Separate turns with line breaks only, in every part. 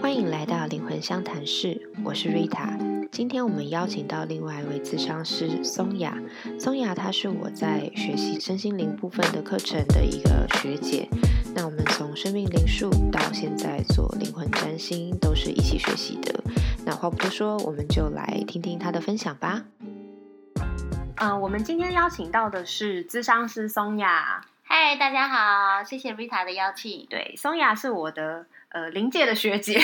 欢迎来到灵魂相谈室，我是 Rita。今天我们邀请到另外一位咨商师松雅，松雅她是我在学习身心灵部分的课程的一个学姐。那我们从生命灵数到现在做灵魂占星，都是一起学习的。那话不多说，我们就来听听她的分享吧。
呃，我们今天邀请到的是咨商师松雅。
嗨，大家好，谢谢 Rita 的邀 请。
对，松雅是我的呃临界的学姐，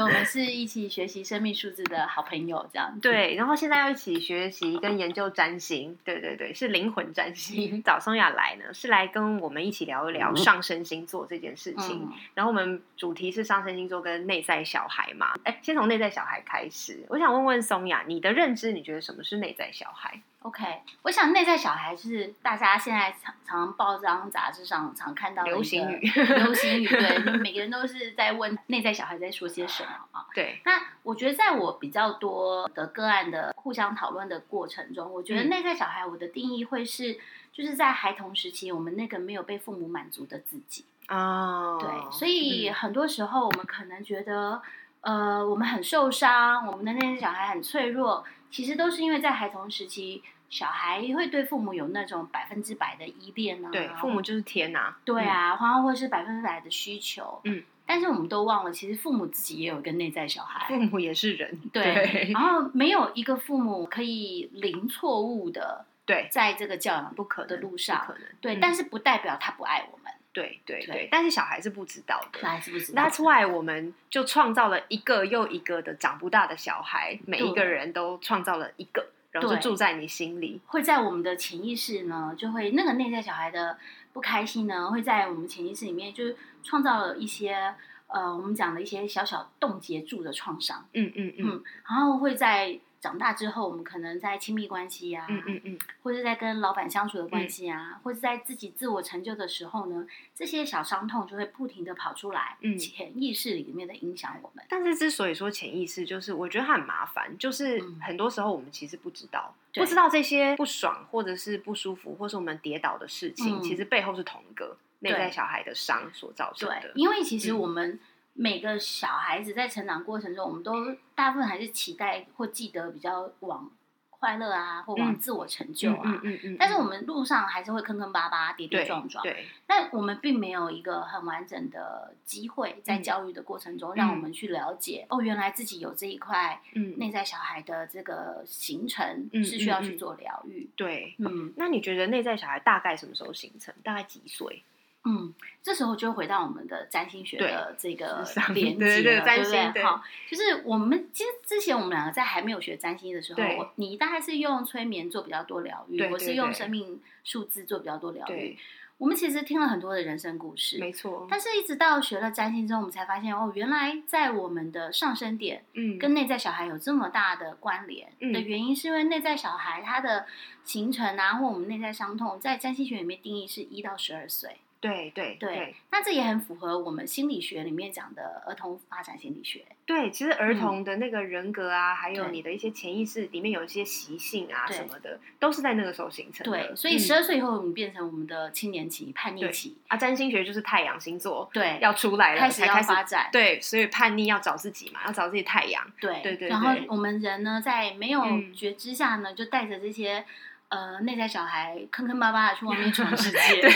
我们是一起学习生命数字的好朋友，这样。
对，然后现在又一起学习跟研究占星，对对对，是灵魂占 星。找松雅来呢，是来跟我们一起聊一聊上升星座这件事情。
嗯
然后我们主题是上升星座跟内在小孩嘛，哎，先从内在小孩开始。我想问问松雅，你的认知，你觉得什么是内在小孩？
，OK，我想内在小孩是大家现在常常报章杂志上常看到的一个
流行语
流行 语对，就每个人都是在问内在小孩在说些什么啊。
对，
那我觉得，在我比较多的个案的互相讨论的过程中，我觉得
嗯
内在小孩我的定义会是，就是在孩童时期，我们那个没有被父母满足的自己。
哦，
对，所以很多时候我们可能觉得，呃，我们很受伤，我们的内在小孩很脆弱，其实都是因为在孩童时期，小孩会对父母有那种百分之百的依恋啊，
对，父母就是天呐、
对啊，然后或是百分之百的需求，
嗯。
但是我们都忘了，其实父母自己也有一个内在小孩，
父母也是人，
对，然后没有一个父母可以零错误的
对，
在这个教养
不可
的
能
路
不
上，
可能，
对，
嗯
但是不代表他不爱我们，
对对对
对，
但是小孩是不知道的。
那是不是？
That's why 我们就创造了一个又一个的长不大的小孩，每一个人都创造了一个，然后就
对
住在你心里。
会在我们的潜意识呢，就会那个内在小孩的不开心呢，会在我们潜意识里面就是创造了一些呃，我们讲的一些小小冻结住的创伤，
嗯嗯嗯
然后会在长大之后，我们可能在亲密关系呀、
嗯嗯嗯，
或是在跟老板相处的关系啊，或是在自己自我成就的时候呢，这些小伤痛就会不停的跑出来，
嗯
潜意识里面的影响我们。
但是之所以说潜意识，就是我觉得它很麻烦，就是
嗯
很多时候我们其实不知道，
对
不知道这些不爽或者是不舒服，或是我们跌倒的事情，
嗯
其实背后是同一个内在小孩的伤所造成
对
的，。
因为其实
嗯
我们每个小孩子在成长过程中，我们
嗯
都大部分还是期待或记得比较往快乐啊，或往
嗯
自我成就啊。
嗯嗯嗯，
但是我们路上还是会坑坑巴巴、跌跌
对
撞撞，
对
但我们并没有一个很完整的机会，在
嗯
教育的过程中，
嗯
让我们去了解、哦，原来自己有这一块
嗯
内在小孩的这个形成
嗯
是需要去做疗愈。
对。
嗯
那你觉得内在小孩大概什么时候形成？大概几岁？
嗯，这时候就回到我们的占星学的这个
时尚
连接
对
了，
对
对
占星
不
对
对？好，就是我们其实之前我们两个在还没有学占星的时候
对，
我你大概是用催眠做比较多疗愈
对，对
我是用
对
生命数字做比较多疗愈
对。，
我们其实听了很多的人生故事，
没错。
但是一直到学了占星之后，我们才发现哦，原来在我们的上升点
嗯，
跟内在小孩有这么大的关联
嗯
的原因，是因为内在小孩他的形成啊，或我们内在伤痛，在占星学里面定义是一到十二岁。
对对
对那这也很符合我们心理学里面讲的儿童发展心理学。
对，其实儿童的那个人格啊，还
嗯
有
对
你的一些潜意识里面有一些习性啊
对
什么的，都是在那个时候形成的。
对，所以
嗯
十二岁以后，我们变成我们的青年期、叛逆期，
啊，占星学就是太阳星座
对，
要出来了，
开始
才
要
开始
发展。
对，所以叛逆要找自己嘛，要找自己太阳。
对
对对
然后
对
我们人呢，在没有
嗯
觉知下呢，就带着这些呃内在小孩坑坑巴巴的去外面闯世界。
对，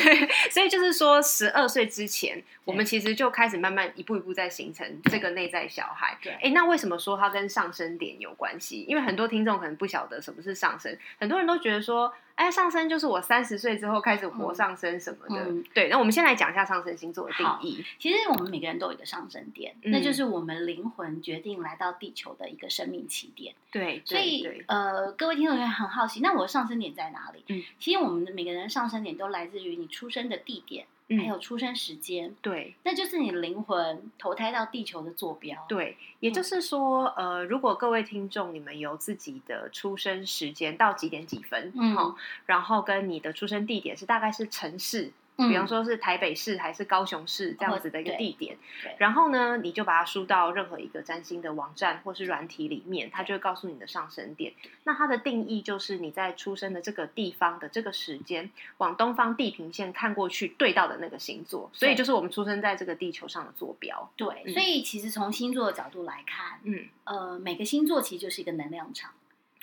所以就是说，十二岁之前，我们其实就开始慢慢一步一步在形成这个内在小孩。
对
哎，那为什么说它跟上升点有关系？因为很多听众可能不晓得什么是上升，很多人都觉得说，哎，上升就是我三十岁之后开始活上升什么的。
嗯
对，那我们先来讲一下上升星座的定义。
其实我们每个人都有一个上升点，
嗯
那就是我们灵魂决定来到地球的一个生命起点。
对，
所以
对，
呃，各位听众也很好奇，那我的上升点在哪里？
嗯，
其实我们的每个人的上升点都来自于你出生的地点，
嗯
还有出生时间，
对。
那就是你灵魂投胎到地球的坐标。，
对，也
嗯
就是说，呃，如果各位听众你们有自己的出生时间到几点几分，
嗯
好，然后跟你的出生地点是大概是城
嗯
市
哦
比方说是台北市还是高雄市这样子的一个地点
对对。
然后呢，你就把它输到任何一个占星的网站或是软体里面，它就会告诉你的上升点。那它的定义就是你在出生的这个地方的这个时间，往东方地平线看过去对到的那个星座，所以
对
就是我们出生在这个地球上的坐标。
对，
嗯
所以其实从星座的角度来看，
嗯，
呃，每个星座其实就是一个能量场，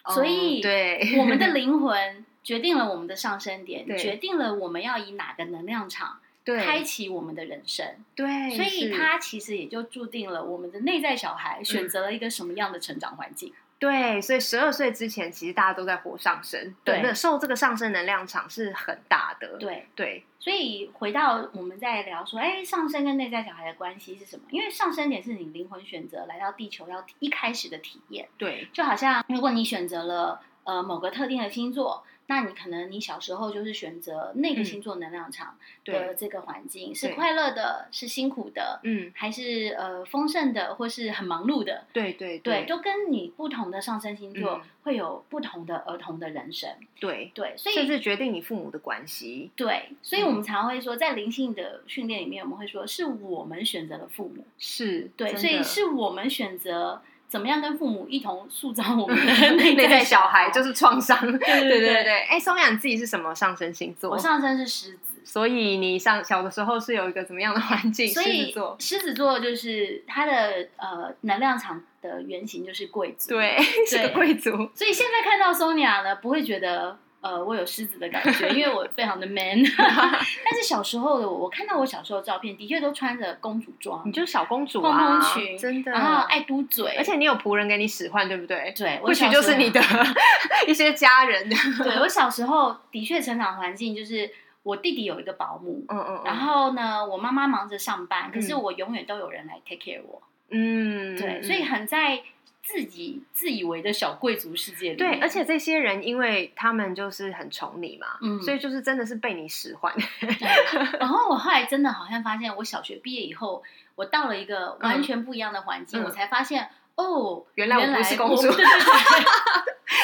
所以
哦对
我们 的灵魂决定了我们的上升点，
对
决定了我们要以哪个能量场
对
开启我们的人生，
对，
所以
嗯是嗯
它其实也就注定了我们的内在小孩选择了一个什么样的成长环境。
对，所以十二岁之前，其实大家都在活上升，
对
那受这个上升能量场是很大的，
对，
对
所以回到我们在聊说，哎，上升跟内在小孩的关系是什么？因为上升点是你灵魂选择来到地球要一开始的体验。
对
就好像如果你选择了呃某个特定的星座，那你可能你小时候就是选择那个星座能量场的
嗯对，
这个环境、是
对
快乐的，是辛苦的，
嗯，
还是呃丰盛的，或是很忙碌的。
对对
对，
对
都跟你不同的上升星座
嗯
会有不同的儿童的人生，
对，
对，所
甚
以
至决定你父母的关系，
对，所以
嗯
我们常会说，在灵性的训练里面，我们会说是我们选择了父母，
是
对，
真
所以
的
是我们选择怎么样跟父母一同塑造我们的内
内在小孩
孩，
就是创伤，对
对
对
对
对。哎，松雅你自己是什么上升星座？
我上身是狮子，
所以你上小的时候是有一个怎么样的环境？
所
狮
以
子座，
狮子座就是它的呃能量场的原型就是贵族。，
对，是个
对
贵族，
所以现在看到 Sonia 呢，不会觉得呃我有狮子的感 觉，因为我非常的 man。但 是小时候的我，我看到我小时候的照片，的确都穿着公主装
你，就是小公主啊，
蓬蓬裙
真的，
然后爱嘟嘴，
而且你有仆人给你使唤，对不对？
对，我
或许
小
就
时
是
候
你的 一些家人。
对我小时候的确成长环境就是我弟弟有一个保姆。
嗯嗯，
然后呢，我妈妈忙着上班，可是
嗯
我永远都有人来 take care 我。
嗯，
对，
嗯
所以很在自己自以为的小贵族世界里面。
对，而且这些人因为他们就是很宠你嘛，
嗯
所以就是真的是被你使 唤。
对然后我后来真的好像发现，我小学毕业以后，我到了一个完全不一样的环境，
嗯
我才发现哦，
原来
来
我不是公主
我对对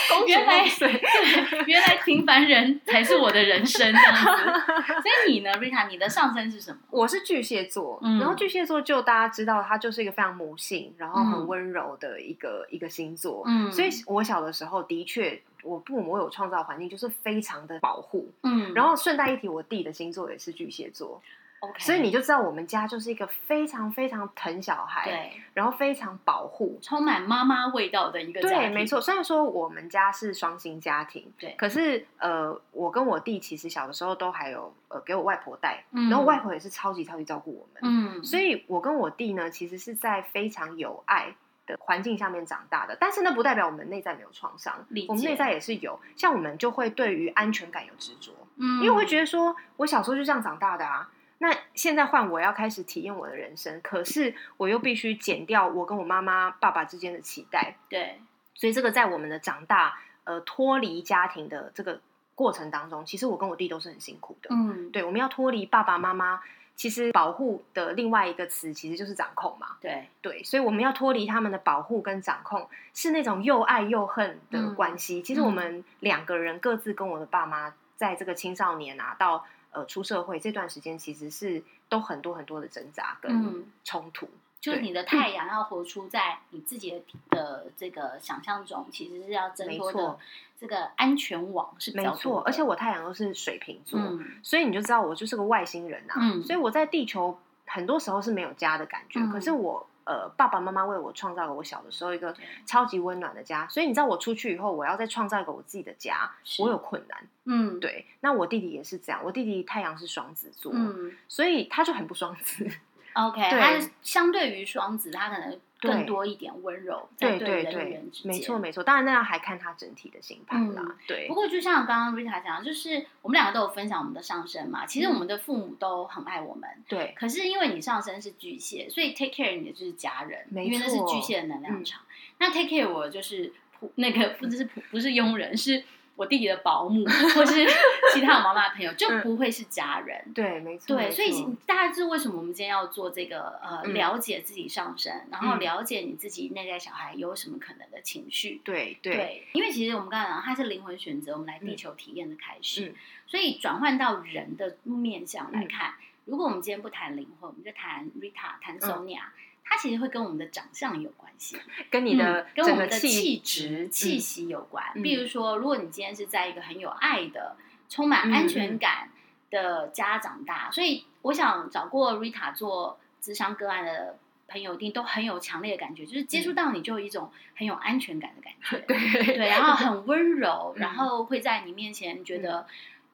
公主
原来
梦碎
对原来平凡人才是我的人生这样子。所以你呢，Rita，你的上身是什么？
我是巨蟹座，
嗯
然后巨蟹座就大家知道，它就是一个非常母性，然后
嗯
很温柔的一个、一个星座。
嗯
所以我小的时候的确，我父母有创造环境，就是非常的保护。
嗯
然后顺带一提，我弟的星座也是巨蟹座，
OK，
所以你就知道我们家就是一个非常非常疼小孩，
对
然后非常保护，
充满妈妈味道的一个家
对，
庭
没，错。虽然说我们家是双薪家庭，
对
可是呃，我跟我弟其实小的时候都还有呃给我外婆带，
嗯
然后外婆也是超级超级照顾我们，
嗯，
所以我跟我弟呢，其实是在非常有爱。的环境下面长大的，但是那不代表我们内在没有创伤
理，
我们
解
内在也是有。像我们就会对于安全感有执着，
嗯，
因为我会觉得说，我小时候就这样长大的啊。那现在换我要开始体验我的人生，可是我又必须减掉我跟我妈妈、爸爸之间的期待，
对
所以这个在我们的长大，呃，脱离家庭的这个过程当中，其实我跟我弟都是很辛苦的。
嗯
对，我们要脱离爸爸妈妈，其实保护的另外一个词其实就是掌控嘛。
对
对，所以我们要脱离他们的保护跟掌控，是那种又爱又恨的
嗯
关系。其实我们两个人各自跟我的爸妈，在这个青少年啊到呃出社会这段时间，其实是都很多很多的挣扎跟
嗯
冲突。
就是你的太阳要活出在你自己的的这个想象中，其实是要挣
没
脱的
错
这个安全网是比
没
较
错，
多的
而且我太阳又是水瓶座，
嗯
所以你就知道我就是个外星人啊。
嗯
所以我在地球很多时候是没有家的感觉，
嗯
可是我呃爸爸妈妈为我创造了我小的时候一个超级温暖的家，所以你知道我出去以后，我要再创造一个我自己的家，
是
我有困难。
嗯
对，那我弟弟也是这样，我弟弟太阳是双子座，
嗯
所以他就很不双子。
OK，
对
它相对于双子，它可能更
对
多一点温柔在
对
对
对
人与
对
人之，间，
没错。没错，当然那样还看他整体的星盘啦。
嗯
对
不，过就像刚刚 Rita 讲的，就是我们两个都有分享我们的上升嘛，其实
嗯
我们的父母都很爱我们。
对，
可是因为你上身是巨蟹，所以 take care 你的就是家人，
没
因为那是
错嗯
巨蟹的能量场。那 take care 我就是仆那个不是仆不是佣人，是我弟弟的保 姆，或是其他我妈妈的朋友，就不会是家人。
对，没错，
对，
嗯没
所以
错
大家知道为什么我们今天要做这个呃，
嗯
了解自己上身，然后
嗯
了解你自己内在小孩有什么可能的情绪。
对对
对，因为其实我们刚才讲，它是灵魂选择，我们来地球体验的开始，
嗯
所以转换到人的面向来看，如果我们今天不谈灵魂，我们就谈 Rita，谈 Sonia，、它其实会跟我们的长相有关系。
跟嗯你的
嗯跟我
整
们
个
的
气
气质、气
嗯
息有关。
嗯
比如说，如果你今天是在一个很有爱的、充满
嗯
安全感的家长大，所以我想找过 Rita 做智商个案的朋友，一定都很有强烈的感觉，就是接
嗯
触到你就有一种很有安全感的感觉，
对
对，然后很温柔，
嗯
然后会在你面前觉得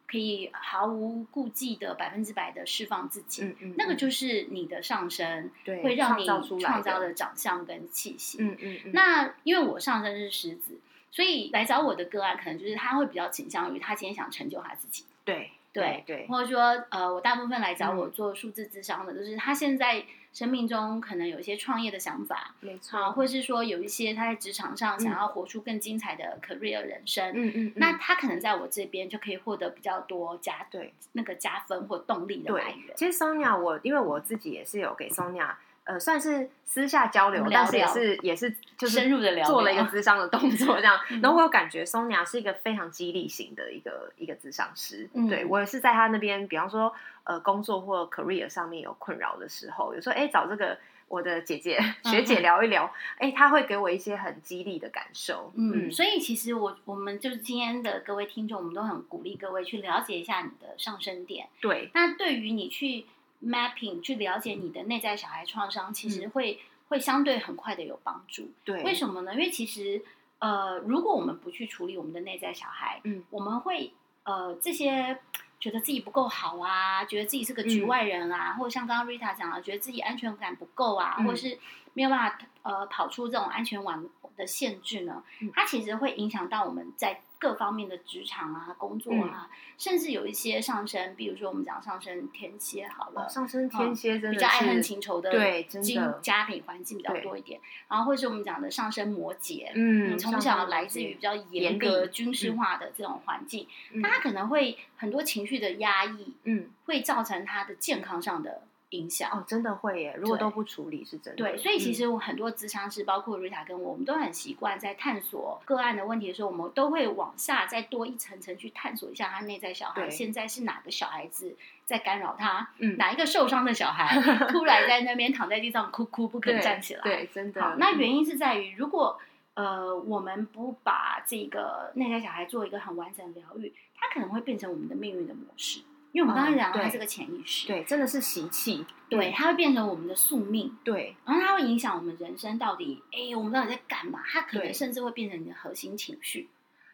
可以毫无顾忌的、百分之百的释放自己。
嗯嗯，
那个
嗯
就是你的上身，
对
会让你
创造出来
创造
的
的长相跟气息。
嗯嗯嗯，
那因为我上身是狮子，所以来找我的个案，可能就是他会比较倾向于他今天想成就他自己，
对
对
对，
或者说呃，我大部分来找我
嗯
做数字智商的，就是他现在生命中可能有一些创业的想法，
没错，
好、或是说有一些他在职场上想
嗯
要活出更精彩的 career 人生。
嗯嗯，
那
嗯
他可能在我这边就可以获得比较多加
对
那个加分或动力的来
对
源，。嗯
其实 Sonia 我因为我自己也是有给 Sonia 呃算是私下交流
我，们
但
嗯聊
是也
聊
是也是就是
深入的聊
做了一个
聊
智商的动作这样
嗯，
然后我有感觉 Sonia 是一个非常激励型的一个一个智商师，
嗯
对我也是在他那边，比方说呃工作或 career 上面有困扰的时候，有时候哎找这个。我的姐姐、
嗯
学姐聊一聊，哎、她会给我一些很激励的感受。
嗯，所以其实我我们就是今天的各位听众，我们都很鼓励各位去了解一下你的上升点。
对，
那对于你去 mapping 去了解你的内在小孩创伤，其
嗯
实会、会相对很快的有帮助。
对，
为什么呢？因为其实呃，如果我们不去处理我们的内在小孩，
嗯，
我们会呃这些。觉得自己不够好啊，觉得自己是个局
嗯
外人啊，或者像刚刚 Rita 讲了，觉得自己安全感不够啊，
嗯
或是没有办法呃跑出这种安全网的限制呢？
嗯
它其实会影响到我们在各方面的职场啊、工
嗯
作啊，甚至有一些上升，比如说我们讲上升天蝎好了，
哦上升天蝎
嗯
真的
比较爱恨
是
情仇的，
对真的
经家庭环境比较多一点，然后或是我们讲的上升摩羯，
嗯，
从
上
小
升
来
天
自
蝎
于比较严
严
格
厉
军事化的这种环境，
嗯
那他可能会很多情绪的压抑，
嗯
会造成他的健康上的影响。
哦，真的会耶，如果
对
都不处理是真的。
对，所以其
嗯
实我很多咨商师，包括 Rita 跟我，我们都很习惯在探索个案的问题的时候，我们都会往下再多一层层去探索一下他内在小孩
对
现在是哪个小孩子在干扰他，
嗯
哪一个受伤的小 孩突然在那边躺在地上哭哭不肯
对
站起来。
对，真的
好，。那
嗯
原因是在于，如果呃我们不把这个内在小孩做一个很完整的疗愈，他可能会变成我们的命运的模式，因为我们刚刚
嗯
讲到它
对
是个潜意识，
对真的是习气，
对，
嗯
它会变成我们的宿命。
对
然后它会影响我们人生到底，哎，我们到底在干嘛？它可能
对
甚至会变成你的核心情绪。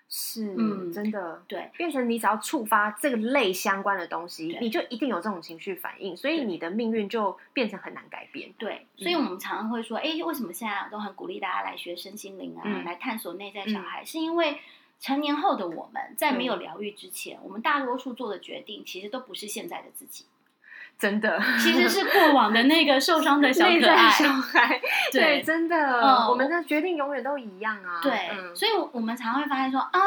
是
嗯
真的。
对，
变成你只要触发这个类相关的东西
对，
你就一定有这种情绪反应，所以
对
你的命运就变成很难改变。
对，所
嗯
以我们常常会说，哎，为什么现在都很鼓励大家来学身心灵啊，
嗯嗯
来探索内在小孩？是因为成年后的我们在没有疗愈之前，我们大多数做的决定其实都不是现在的自己，
真的，
其实是过往的那个受伤的 小
内
可
在
爱。
小孩，对，
对
真的，
嗯
我们的决定永远都一样啊。
对，
嗯
所以我我们常会发现说，啊，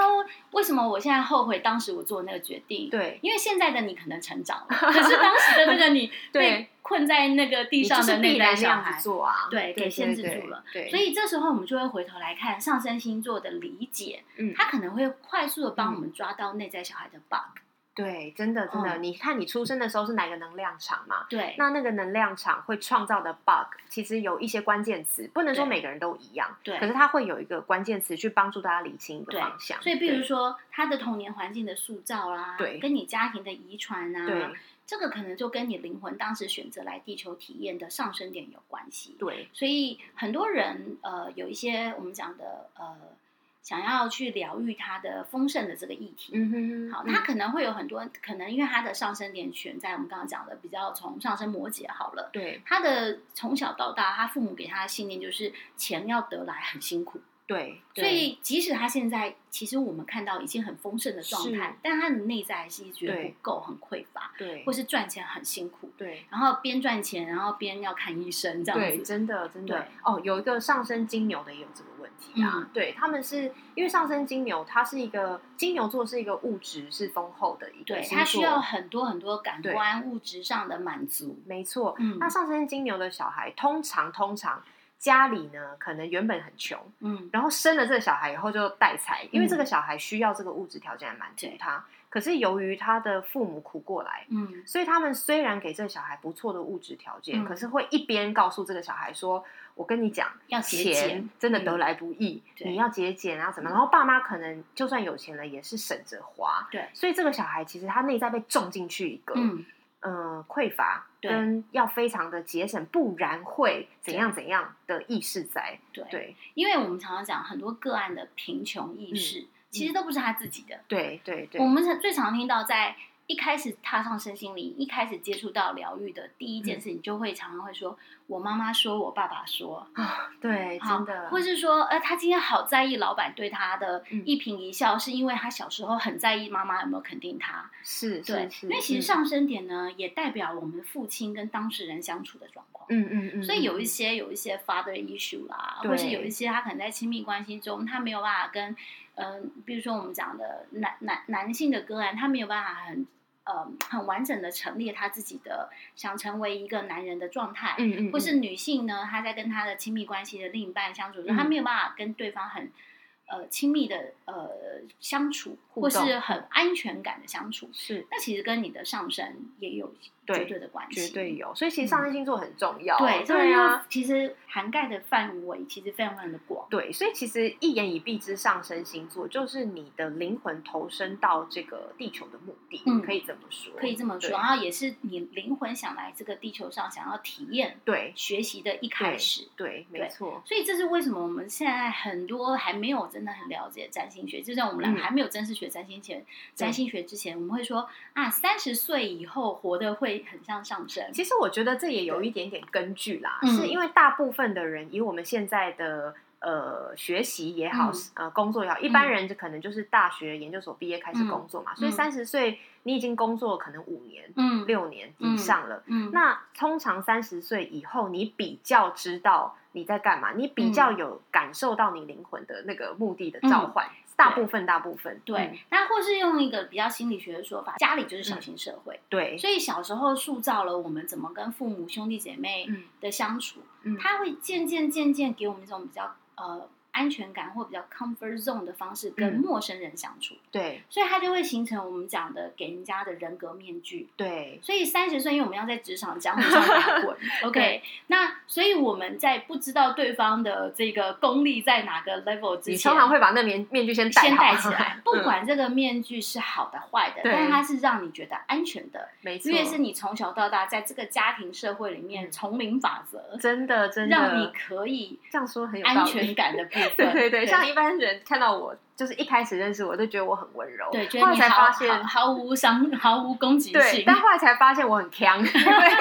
为什么我现在后悔当时我做那个决定？
对，
因为现在的你可能成长 了，可是当时的那个你
对
被困在那个地
你就
上
是
的
必
内
然
在
那
小
样
孩
子，做啊，
对给限制
对
住了。
对，
所以这时候我们就会回头来看上升星座的理解，
嗯
它可能会快速的帮我们抓到内在小孩的 bug，
对，真的真的，
嗯
你看你出生的时候是哪个能量场嘛？
对，
那那个能量场会创造的 bug，其实有一些关键词，不能说
对
每个人都一样，
对
可是它会有一个关键词去帮助大家理清一个
对
方向。
所以比如
对
说他的童年环境的塑造啦，
对
跟你家庭的遗传啊
对，
这个可能就跟你灵魂当时选择来地球体验的上升点有关系，
对，
所以很多人呃有一些我们讲的呃想要去疗愈他的丰盛的这个议题。
嗯哼哼，
好，
嗯
他可能会有很多可能，因为他的上升点选在我们刚刚讲的比较从上升摩羯好了，
对
他的从小到大，他父母给他的信念就是钱要得来很辛苦，
对，
所以即使他现在其实我们看到已经很丰盛的状态
是，
但他的内在还是觉得
对
不够，很匮乏，
对
或是赚钱很辛苦，
对
然后边赚钱然后边要看医生这样
对，
子，
真的真的
对
哦，有一个上升金牛的也有这个问题啊。
嗯
对，他们是因为上升金牛，它是一个金牛座是一个物质是丰厚的一个
对，
星座，
它需要很多很多感官物质上的满足。
没错。
嗯
那上升金牛的小孩，通常通常家里呢，可能原本很穷，
嗯，
然后生了这个小孩以后就带财，因为
嗯
这个小孩需要这个物质条件来满足
对
他。可是由于他的父母苦过来，
嗯，
所以他们虽然给这个小孩不错的物质条件，
嗯
可是会一边告诉这个小孩说：“我跟你讲，
要节俭嗯
钱真的得来不易，
对嗯
你要节俭啊，怎么样？”然后爸妈可能就算有钱了，也是省着花。
对，
所以这个小孩其实他内在被种进去一个，
嗯，
呃匮乏
对
跟要非常的节省，不然会怎样怎样的意识在。
对，
对
因为我们常常讲很多个案的贫穷意识，其实都不是他自己的。
对嗯对
我
对，
们常最常听到在。一开始踏上身心灵，一开始接触到疗愈的第一
嗯
件事情，就会常常会说：“我妈妈说，我爸爸说，
啊，对，
好
真的，
或是说，呃，他今天好在意老板对他的
嗯
一颦一笑，是因为他小时候很在意妈妈有没有肯定他。
是
对
是，是，
因为其实
嗯，
上升点呢，也代表我们父亲跟当事人相处的状况。
嗯嗯嗯，
所以有一
嗯
些有一些 father issue 啦，
对
或是有一些他可能在亲密关系中，他没有办法跟，嗯、比如说我们讲的男男男性的个案，他没有办法很，呃，很完整的陈列他自己的想成为一个男人的状态，
嗯嗯，
或是女性呢，她在跟她的亲密关系的另一半相处的时候，
嗯
她没有办法跟对方很呃亲密的呃相处，
互
或
动
是很安全感的相处，
是
那其实跟你的上升也有
对
绝对的关系，
绝对有，所以其实上升星座很重要，
嗯对，这
对
个
啊。
就其实涵盖的范围其实非常非常的广，
对，所以其实一言以蔽之，上升星座就是你的灵魂投身到这个地球的目的，
嗯
可以这么说，
可以这么说。然后也是你灵魂想来这个地球上想要体验
对，
学习的一开始。
对对，没
对
错，
所以这是为什么我们现在很多还没有真的很了解占星学，就像我们俩
嗯
还没有正式学占星前，占星学之前，我们会说啊，三十岁以后活得会很像上升。
其实我觉得这也有一点点根据啦，
嗯
是因为大部分的人以我们现在的呃学习也好，
嗯
呃工作也好，一般人就可能就是大学研究所毕业开始工作嘛，所以
嗯
三十岁你已经工作可能五年、
嗯，
六年以上了。
嗯，
那通常三十岁以后，你比较知道你在干嘛，你比
嗯
较有感受到你灵魂的那个目的的召唤，大部分大部分嗯嗯
对，那或是用一个比较心理学的说法，家里就是小型社会，
对，
所以小时候塑造了我们怎么跟父母、兄弟姐妹
嗯
的相处，
嗯
它会渐渐渐渐给我们一种比较呃安全感或比较 comfort zone 的方式跟
嗯
陌生人相处，
对
所以它就会形成我们讲的给人家的人格面具。
对
所以三十岁，因为我们要在职场江湖上打 滚，OK？那所以我们在不知道对方的这个功力在哪个 level 之
你
前
通，常会把那面面具先戴
先
好。
戴起来 不管这个面具是好的坏的，
嗯对
但它是让你觉得安全的，
没错，
因为是你从小到大在这个家庭社会里面
嗯
丛林法则，
真的真的，
让你可以
这样说很有道理
安全。感的部分。
对对对，
对，
像一般人看到我，就是一开始认识我就觉得我很温柔，
对，觉
后
得
来
你
才
毫
发
毫
现，
毫无伤、毫无攻击
对
性，。
但后来才发现我很强，因为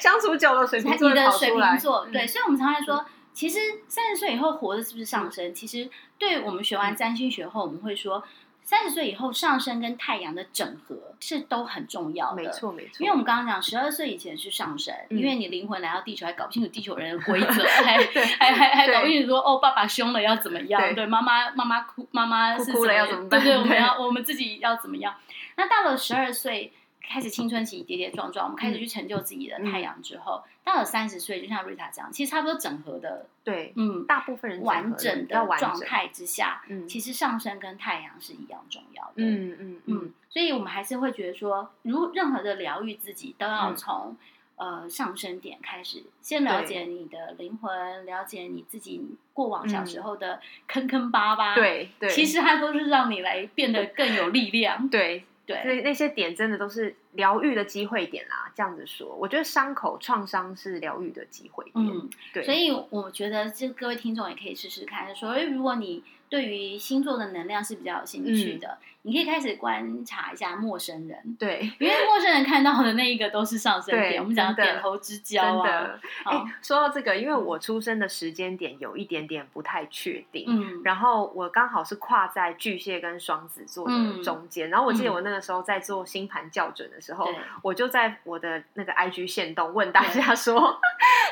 相处久了水瓶 座
你的
跑
水
出
瓶
来，
座，
嗯
对，所以我们常常说，其实三十岁以后活的是不是上升？其实对我们学
嗯
完占星学后，我们会说，三十岁以后上升跟太阳的整合是都很重要的。
没。错没错，
因为我们刚刚讲，十二岁以前是上升，
嗯
因为你灵魂来到地球还搞不清楚地球人的规则，还 还还还
对
搞不清楚说哦，爸爸凶了要怎么样？
对
对，妈妈妈妈哭，妈妈
哭
是
哭了要怎么办
对对，我们
对
要我们自己要怎么样？那到了十二岁开始青春期跌跌撞撞，我们
嗯
开始去成就自己的太阳之后，到了三十岁，就像瑞塔这样，其实差不多整合的，
对
嗯，
大部分人
完
整合
整
比较
的
完
状
整，
态之下，
嗯
其实上升跟太阳是一样重要的，。
嗯嗯嗯
嗯，所以我们还是会觉得说，如任何的疗愈自己，都要
嗯
从、呃上升点开始，先了
对
解你的灵魂，了解你自己过往小时候的坑坑巴巴。，
嗯对对，
其实它都是让你来变得更有力量。
对所
对，
以那些点真的都是疗愈的机会点啦。这样子说，我觉得伤口创伤是疗愈的机会点，
嗯，
对，
所以我觉得这各位听众也可以试试看，说，哎，如果你对于星座的能量是比较有兴
嗯
趣的，你可以开始观察一下陌生人。
对。
因为陌生人看到的那一个都是上升
对
点，我们讲
真的
点头之交
真
啊，
的，哎、
好
说到这个，因为我出生的时间点有一点点不太确定，
嗯，
然后我刚好是跨在巨蟹跟双子座的中间，然后我记得我那个时候在做星盘校准的时候，
对，
我就在 我的那个 IG 线动问大家说，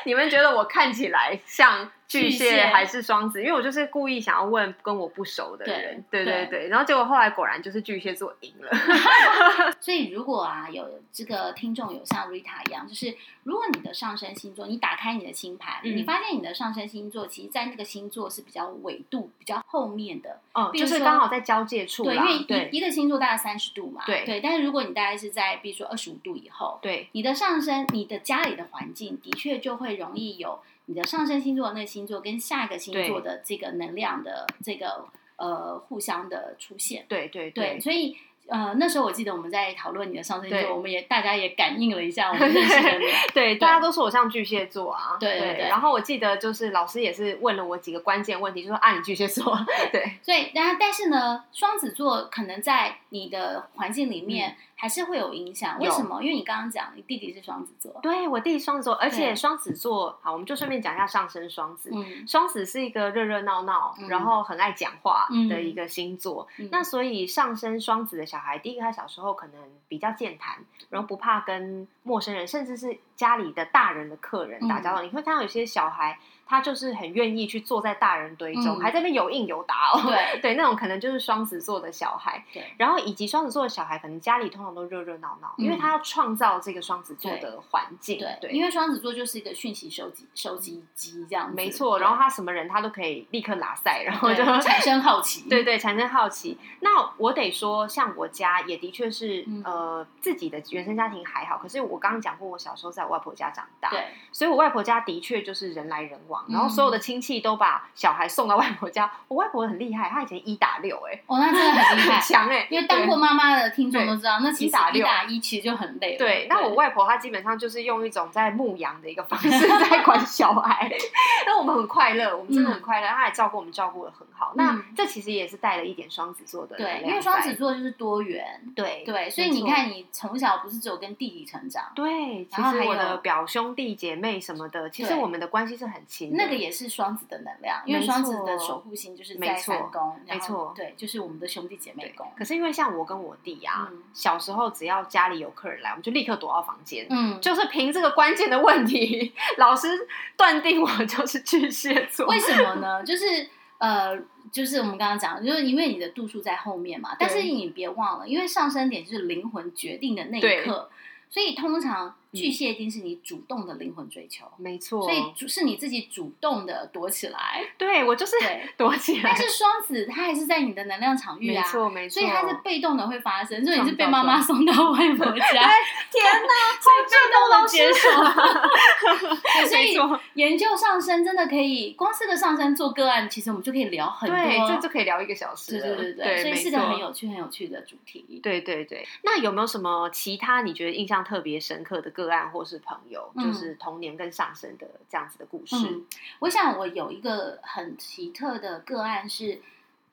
你们觉得我看起来像
巨
巨
蟹
蟹还是双子，因为我就是故意想要问跟我不熟的
对
人，对
对
对对，然后结果后来果然就是巨蟹座赢了，
所以如果啊有这个听众有像 Rita 一样，就是如果你的上升星座，你打开你的星盘，
嗯
你发现你的上升星座其实在那个星座是比较纬度比较后面的，
嗯，
比如
就
说
是刚好在交界处
对，因
啦，
为一
对
一个星座大概三十度嘛，
对
对，但是如果你大概是在比如说二十五度以后，
对
你的上升，你的家里的环境的确就会容易有你的上升星座的那个星座跟下一个星座的这个能量的这个呃互相的出现。
对对
对，所以呃那时候我记得我们在讨论你的上升星
对
座，我们也大家也感应了一 下我们认识的人。
对，大家都说我像巨蟹座啊，
对对对
然后我记得就是老师也是问了我几个关键问题，就说啊你巨蟹座， 对
所以，但但是呢，双子座可能在你的环境里面还是会有影响。为
嗯有
什么？因为你刚刚讲你弟弟是双子座，
对，我弟双子座，而
对
且双子座，好，我们就顺便讲一下上升双子。
嗯
双子是一个热热闹闹，
嗯
然后很爱讲话的一个星座，
嗯
那所以上升双子的小孩，第一个他小时候可能比较健谈，然后不怕跟陌生人，甚至是家里的大人的客人打交
嗯
道。你会看到有些小孩，他就是很愿意去坐在大人堆中，
嗯
还在那边有应有答哦。
对
对，那种可能就是双子座的小孩。
对
然后以及双子座的小孩，可能家里通常都热热闹闹，因为
嗯
他要创造这个双子座的环境。
对，
对，
因为双子座就是一个讯息收集收集机这样子，
没错。
对
然后他什么人，他都可以立刻拉塞，然后
对
就
产生好奇，
对对，产生好奇。那我得说，像我家也的确是、
嗯
呃自己的原生家庭还好，可是我刚刚讲过，我小时候在我外婆家长大，
对嗯
所以我外婆家的确就是人来人往，然后所有的亲戚都把小孩送到外婆家。我外婆很厉害，她以前一打六、 欸，
哦，那真的很厉
很
害，
强哎、欸
因为当过妈妈的听众
对
都知道，那其实
一打
一
六
打一其实就很累了，
对，那我外婆她基本上就是用一种在牧羊的一个方式在管 小孩，那我们很快乐，我们真的很快乐，她也照顾我们，照顾的很好。那
嗯
这其实也是带了一点双子座的能
对，
量在，
因为双子座就是多元，
对
对，所以
没
你
错
看你从小不是只有跟弟弟成长，
对，其
然后
实
还
我
有
的表兄弟姐妹什么的，其实
对
我们的关系是很亲的。
那个也是双子的能量，因为
没
双子的
错
守护星就是
没
在
错
三宫，然
没
后
错
对，就是我们的兄弟姐妹
对
宫，
可是因为像我跟我弟啊，
嗯
小时候只要家里有客人来，我们就立刻躲到房间。
嗯，
就是凭这个关键的问题，老师断定我就是巨蟹座。
为什么呢？就是呃，就是我们刚刚讲的，就是因为你的度数在后面嘛，但是你别忘了，因为上升点就是灵魂决定的那一
对嗯
刻，所以通常巨蟹一定是你主动的灵魂追求，
没错，
所以主是你自己主动的躲起来，
对我就是
对
躲起来
但。是双子它还是在你的能量场域
没
啊。
错，没错。
所以它是被动的会发生，所以你是被
创造
妈
哎
妈送到外婆家，
天哪，
好动
最
地
接
所
没
以
错，
研究上升真的可以，光是个上升做个案，其实我们就可以聊很多。
对，这就可以聊一个小时
对
了。
对对对，所以
没
是个
错
很有趣、很有趣的主题。
对对对，那有没有什么其他你觉得印象特别深刻的个案，或是朋友，
嗯
就是童年跟上升的这样子的故事？
嗯，我想我有一个很奇特的个案是，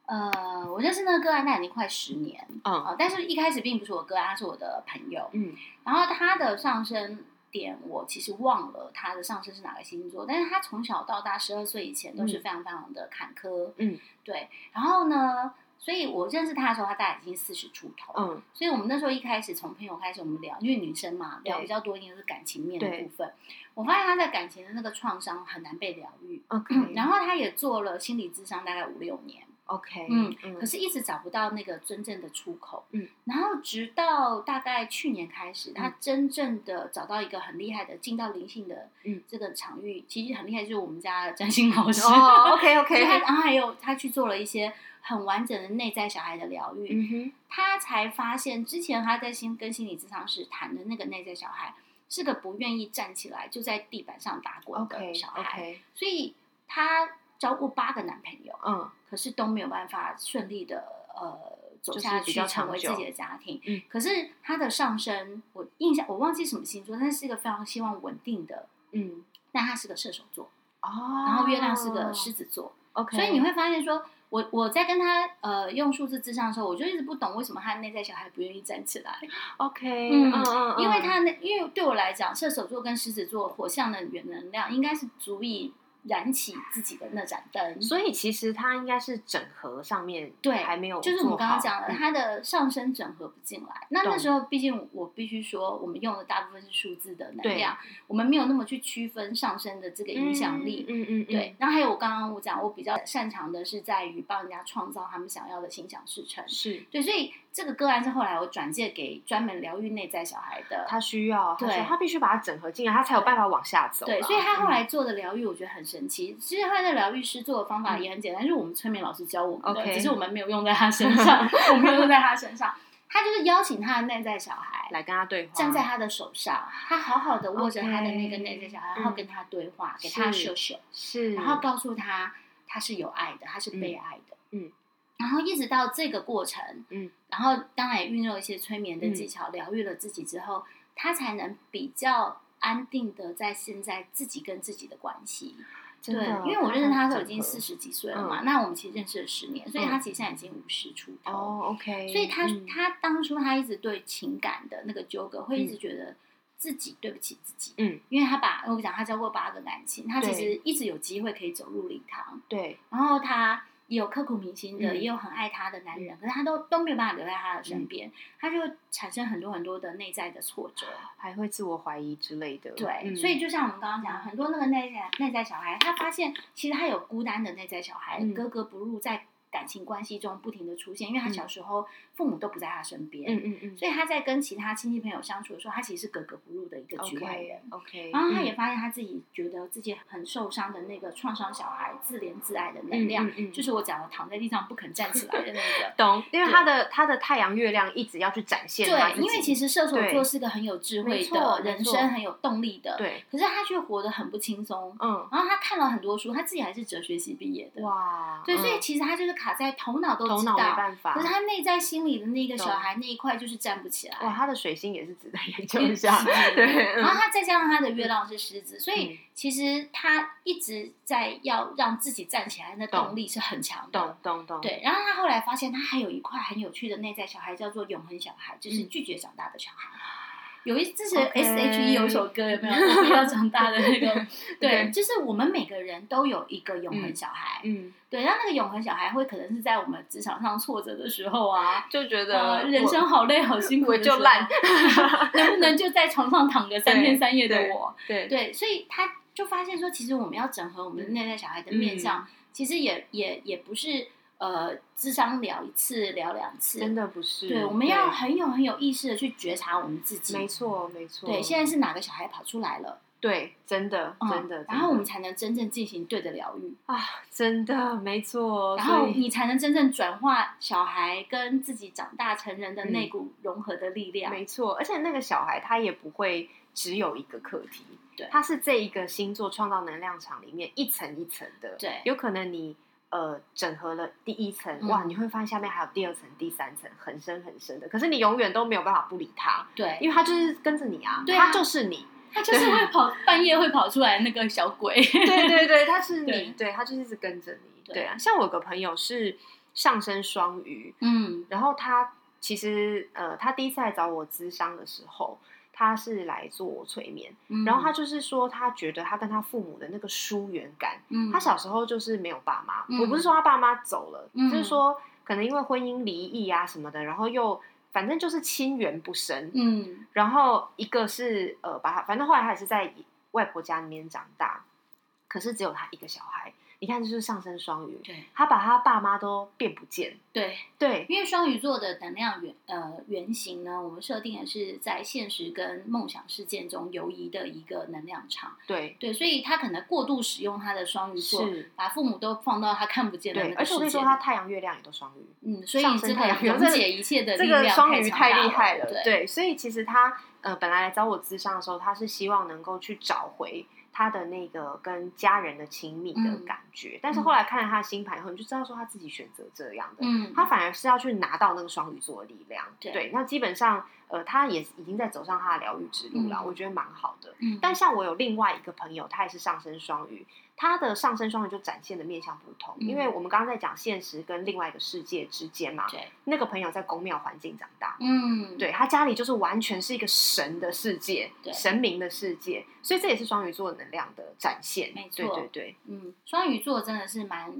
呃，我认识那个个案，那已经快十年
嗯
哦，但是一开始并不是我个案，他是我的朋友，
嗯
然后他的上升。点我其实忘了他的上升是哪个星座，但是他从小到大十二岁以前都是
嗯
非常非常的坎坷，
嗯，
对。然后呢，所以我认识他的时候，他大概已经四十出头，
嗯，
所以我们那时候一开始从朋友开始，我们聊，因为女生嘛，
对
聊比较多一点就是感情面的
对
部分。我发现她在感情的那个创伤很难被疗愈，
嗯 OK，
嗯 然后她也做了心理智商大概五六年，
OK，
嗯
嗯
可是一直找不到那个真正的出口。
嗯，
然后直到大概去年开始，她真正的找到一个很厉害的进到灵性的
嗯
这个场域，其实很厉害，就是我们家的占星老师。
哦，OK
所以她
OK，
然后还有她去做了一些很完整的内在小孩的疗愈，
嗯哼，
他才发现，之前他在心跟心理咨商师谈的那个内在小孩，是个不愿意站起来就在地板上打滚
OK
的小孩
OK，
所以他交过八个男朋友，
嗯
可是都没有办法顺利的呃走
就是
下
比
去，
较
成
长
为自
久
己的家庭。
嗯
可是他的上升，我印象我忘记什么星座，但是一个非常希望稳定的。
嗯，
但他是个射手座，
哦，
然后月亮是个狮子座，
，OK，
所以你会发现说，我我在跟他呃用数字智商的时候，我就一直不懂为什么他内在小孩不愿意站起来，
OK，
嗯
嗯嗯，
因为他那因为对我来讲，射手座跟狮子座火象的原能量应该是足以燃起自己的那盏灯。
所以其实它应该是整合上面
对，
还没有
就是我们刚刚讲的，
做好嗯
它的上升整合不进来。那那
懂
时候，毕竟我必须说，我们用的大部分是数字的能
对
量，我们没有那么去区分上升的这个影响力。
嗯嗯嗯，嗯
对，，然后还有我刚刚我讲，我比较擅长的是在于帮人家创造他们想要的心想事成。
是
对，所以这个个案是后来我转介给专门疗愈内在小孩的，
他需要，他
对
需要他必须把它整合进来，他才有办法往下走啦。
对，所以他后
嗯
来做的疗愈，我觉得很神奇。其实他的疗愈师做的方法也很简单，就是我们催眠老师教我们的
嗯 OK
只是我们没有用在他身 上，我没有用在他身上。他就是邀请他的内在小孩
来啊跟他对话，
站在他的手上，他好好的握着他的那个
OK，
内在小孩，然后跟他对话，给他
嗯是
秀秀，
是，
然后告诉他他是有爱的，他是被爱的。
嗯嗯
然后一直到这个过程，
嗯，
然后当然也运用一些催眠的
嗯
技巧，疗愈了自己之后，他才能比较安定的在现在自己跟自己的关系。
真的
对，因为我认识他的时候已经
整合
四十几岁了嘛，
嗯
那我们其实认识了十年，所以他其实现在已经五十出头。
哦，OK，
所以他、
嗯
他当初他一直对情感的那个纠葛，会一直
嗯
觉得自己对不起自己，
嗯，
因为他把我讲他交过八个感情，他其
对
实一直有机会可以走入礼堂，
对
然后他也有刻骨铭心的，
嗯
也有很爱他的男人，可是他都都没有办法留在他的身边，他就产生很多很多的内在的挫折，
还会自我怀疑之类的，
对，
嗯
所以就像我们刚刚讲，很多那个内在内在小孩，他发现其实他有孤单的内在小孩，
嗯
格格不入，在感情关系中不停的出现，因为他
嗯
小时候父母都不在他身边，
嗯嗯嗯，
所以他在跟其他亲戚朋友相处的时候，他其实是格格不入的一个局外人
OK。OK，嗯
然后他也发现他自己觉得自己很受伤的那个创伤小孩自怜自爱的能量，
嗯嗯嗯。
就是我讲的躺在地上不肯站起来的那个
懂，因为
对
他的他的太阳月亮一直要去展现他自己，
对，因为其实射手
对
座是个很有智
没
慧
错
的，
没
人
错
生很有动力的，
对，
可是他却活得很不轻松。
嗯，
然后他看了很多书，他自己还是哲学系毕业的。！
哇，
对，
嗯
所以其实他就是卡在头脑都
头
知
脑没
道，
办法，
可是他内在心里的那个
懂
小孩那一块就是站不起来。
哇，他的水星也是值得研究一下， 对，
然后
嗯
他再加上他的月亮是狮子，所
嗯
以其实他一直在要让自己站起来的
懂
动力是很强
懂
的。
懂懂，，
对，然后他后来发现他还有一块很有趣的内在小孩，叫做永恒小孩，就是
嗯
拒绝长大的小孩。有一这是
OK
S H E 有一首歌有没有？我不要长大的那 个，
对
对，就是我们每个人都有一个永恒
嗯
小孩，
嗯，
对，那那个永恒小孩会可能是在我们职场上挫折的时候啊，
就觉
呃，
得
人
我
生好累好辛苦
我
的时
就
候
烂
能不能就在床上躺个三天
对
三夜的我？
对
对，所以他就发现说，其实我们要整合我们的内在小孩的
嗯
面相，其实也也也不是呃，智商聊一次聊两次，
真的不是，
对，我们要很有很有意识的去觉察我们自己。
没错没错，
对，现在是哪个小孩跑出来了？
对真的
嗯
真的，
然后
真的
我们才能真正进行对的疗愈。
啊，真的没错，
然后
哦所以
你才能真正转化小孩跟自己长大成人的那股融合的力量。
嗯没错，而且那个小孩他也不会只有一个课题，
对
他是这一个星座创造能量场里面一层一层的，
对
有可能你呃整合了第一层，哇，
嗯
你会发现下面还有第二层、第三层，很深很深的，可是你永远都没有办法不理他，
对，
因为他就是跟着你啊，
对啊
他就是 你，
他就是会 跑半夜会跑出来那个小鬼。
对对对，他是
对
你，对他就是一直跟着你，
对
对啊，像我有个朋友是上升双鱼，
嗯
然后他其实呃，他第一次来找我咨商的时候，他是来做催眠，
嗯
然后他就是说，他觉得他跟他父母的那个疏远感，
嗯
他小时候就是没有爸妈，
嗯
我不是说他爸妈走了，
嗯
就是说可能因为婚姻离异啊什么的，然后又反正就是亲缘不深，
嗯
然后一个是呃，把他反正后来他也是在外婆家里面长大，可是只有他一个小孩，你看这就是上升双鱼，
对
他把他爸妈都变不见，
对，
对，
因为双鱼座的能量原呃原型呢，我们设定的是在现实跟梦想事件中游移的一个能量场。
对，
对，所以他可能过度使用他的双鱼座，
是。
把父母都放到他看不见的那
对，
个
而且我跟你
世界
说，
里
他太阳、月亮也都双鱼，
嗯，所以
上
这
升
个
太阳
溶
这个
解一切的
这
力
个
量
双鱼
强
太
大
厉害了。
对，
对，所以其实他呃本来来找我咨商的时候，他是希望能够去找回他的那个跟家人的亲密的
嗯
感觉。但是后来看了他的星盘以后，你就知道说他自己选择这样的，
嗯，
他反而是要去拿到那个双鱼座的力量。
对
那基本上呃，他也已经在走上他的疗愈之路了，
嗯
我觉得蛮好的。
嗯，
但像我有另外一个朋友，他也是上升双鱼，他的上升双鱼就展现的面向不同，
嗯
因为我们刚刚在讲现实跟另外一个世界之间嘛。
对，
那个朋友在宫庙环境长大，
嗯，
对他家里就是完全是一个神的世界
对，
神明的世界，所以这也是双鱼座能量的展现。
没
对
错
对对，
嗯，双鱼座真的是蛮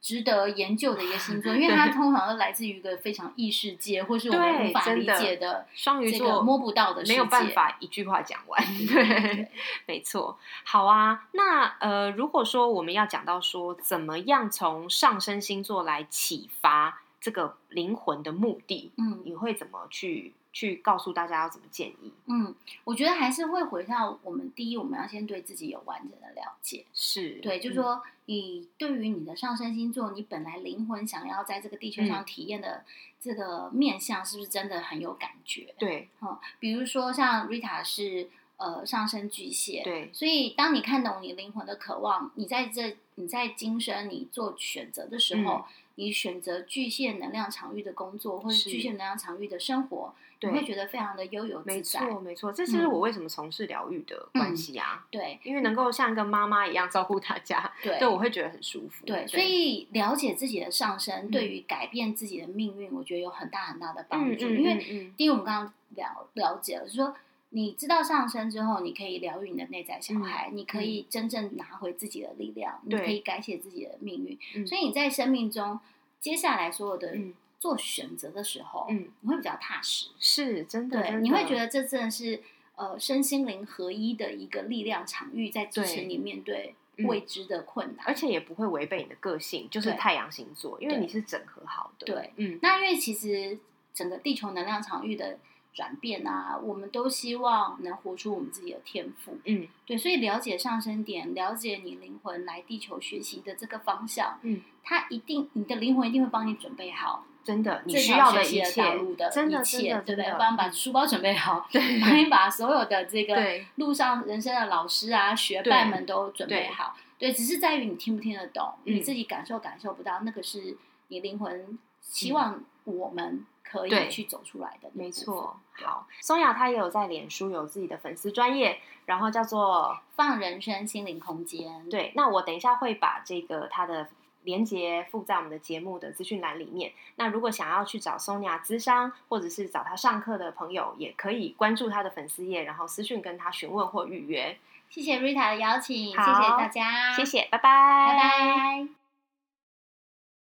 值得研究的一个星 座，因为它通常都来自于一个非常异世界，或是我们
对
无法
真
理
的
解的
双鱼
这个
座
摸不到的世界，嗯
没有办法一句话讲完。对，
对。
没错。好啊，那呃，如果说我们要讲到说怎么样从上升星座来启发这个灵魂的目的，
嗯
你会怎么去去告诉大家要怎么建议？
嗯，我觉得还是会回到我们第一，我们要先对自己有完整的了解。
是
对，就是
嗯
说你对于你的上升星座，你本来灵魂想要在这个地球
嗯
上体验的这个面相，是不是真的很有感觉？
对
哦，比如说像 Rita 是呃上升巨蟹，
对
所以当你看懂你灵魂的渴望，你在这你在今生你做选择的时
嗯
候，你选择巨蟹能量场域的工作，或是
是
巨蟹能量场域的生活，你
对
会觉得非常的悠游
没
自在。嗯
错没错，这就是我为什么从事疗愈的关系啊，
对
因为能够像一个妈妈一样照顾大家，
对
对我会觉得很舒服。
对，所以了解自己的上升，
嗯
对于改变自己的命运，我觉得有很大很大的帮
嗯
助。
嗯
因
嗯
为
嗯，
第一，我们刚刚了了解了，就是说你知道上升之后，你可以疗愈你的内在小孩，你可以真正拿回自己的力量，你
嗯对
可以改写自己的命运。
嗯
所以你在生命中接下来所有的
嗯
做选择的时候，
嗯
你会比较踏实，
是真的，
对，
真
你会
的
觉得这真的是呃身心灵合一的一个力量场域，在支持
对
你面对
嗯
未知的困难。
而且也不会违背你的个性，就是
对
太阳星座，因为
对
你是整合好的。
对，
嗯，
那因为其实整个地球能量场域的转变啊，我们都希望能活出我们自己的天赋。
嗯
对，所以了解上升点，了解你灵魂来地球学习的这个方向，
嗯，
它一定你的灵魂一定会帮你准备好
真的，你
这
需
条
要
学
的
习
一
的
切
道路的，
真
一
的真
切
的，
对
真
不对？
的，
帮你把书包准备好，
对
帮你把所有的这个
对
路上人生的老师啊、学伴
对
们都准备
对
好。对，只是在于你听不听得懂，
嗯
你自己感受感受不到，那个是你灵魂希望我们可以
嗯对
去走出来的。
没，错。好，松雅她也有在脸书有自己的粉丝专业，然后叫做
放人生心灵空间。，
对，那我等一下会把这个它的连接附在我们的节目的资讯栏里面。那如果想要去找 Sonia 咨商，或者是找她上课的朋友，也可以关注她的粉丝页，然后私讯跟她询问或预约。
谢谢 Rita 的邀请，谢谢
好
大家，
谢，谢，拜
拜拜。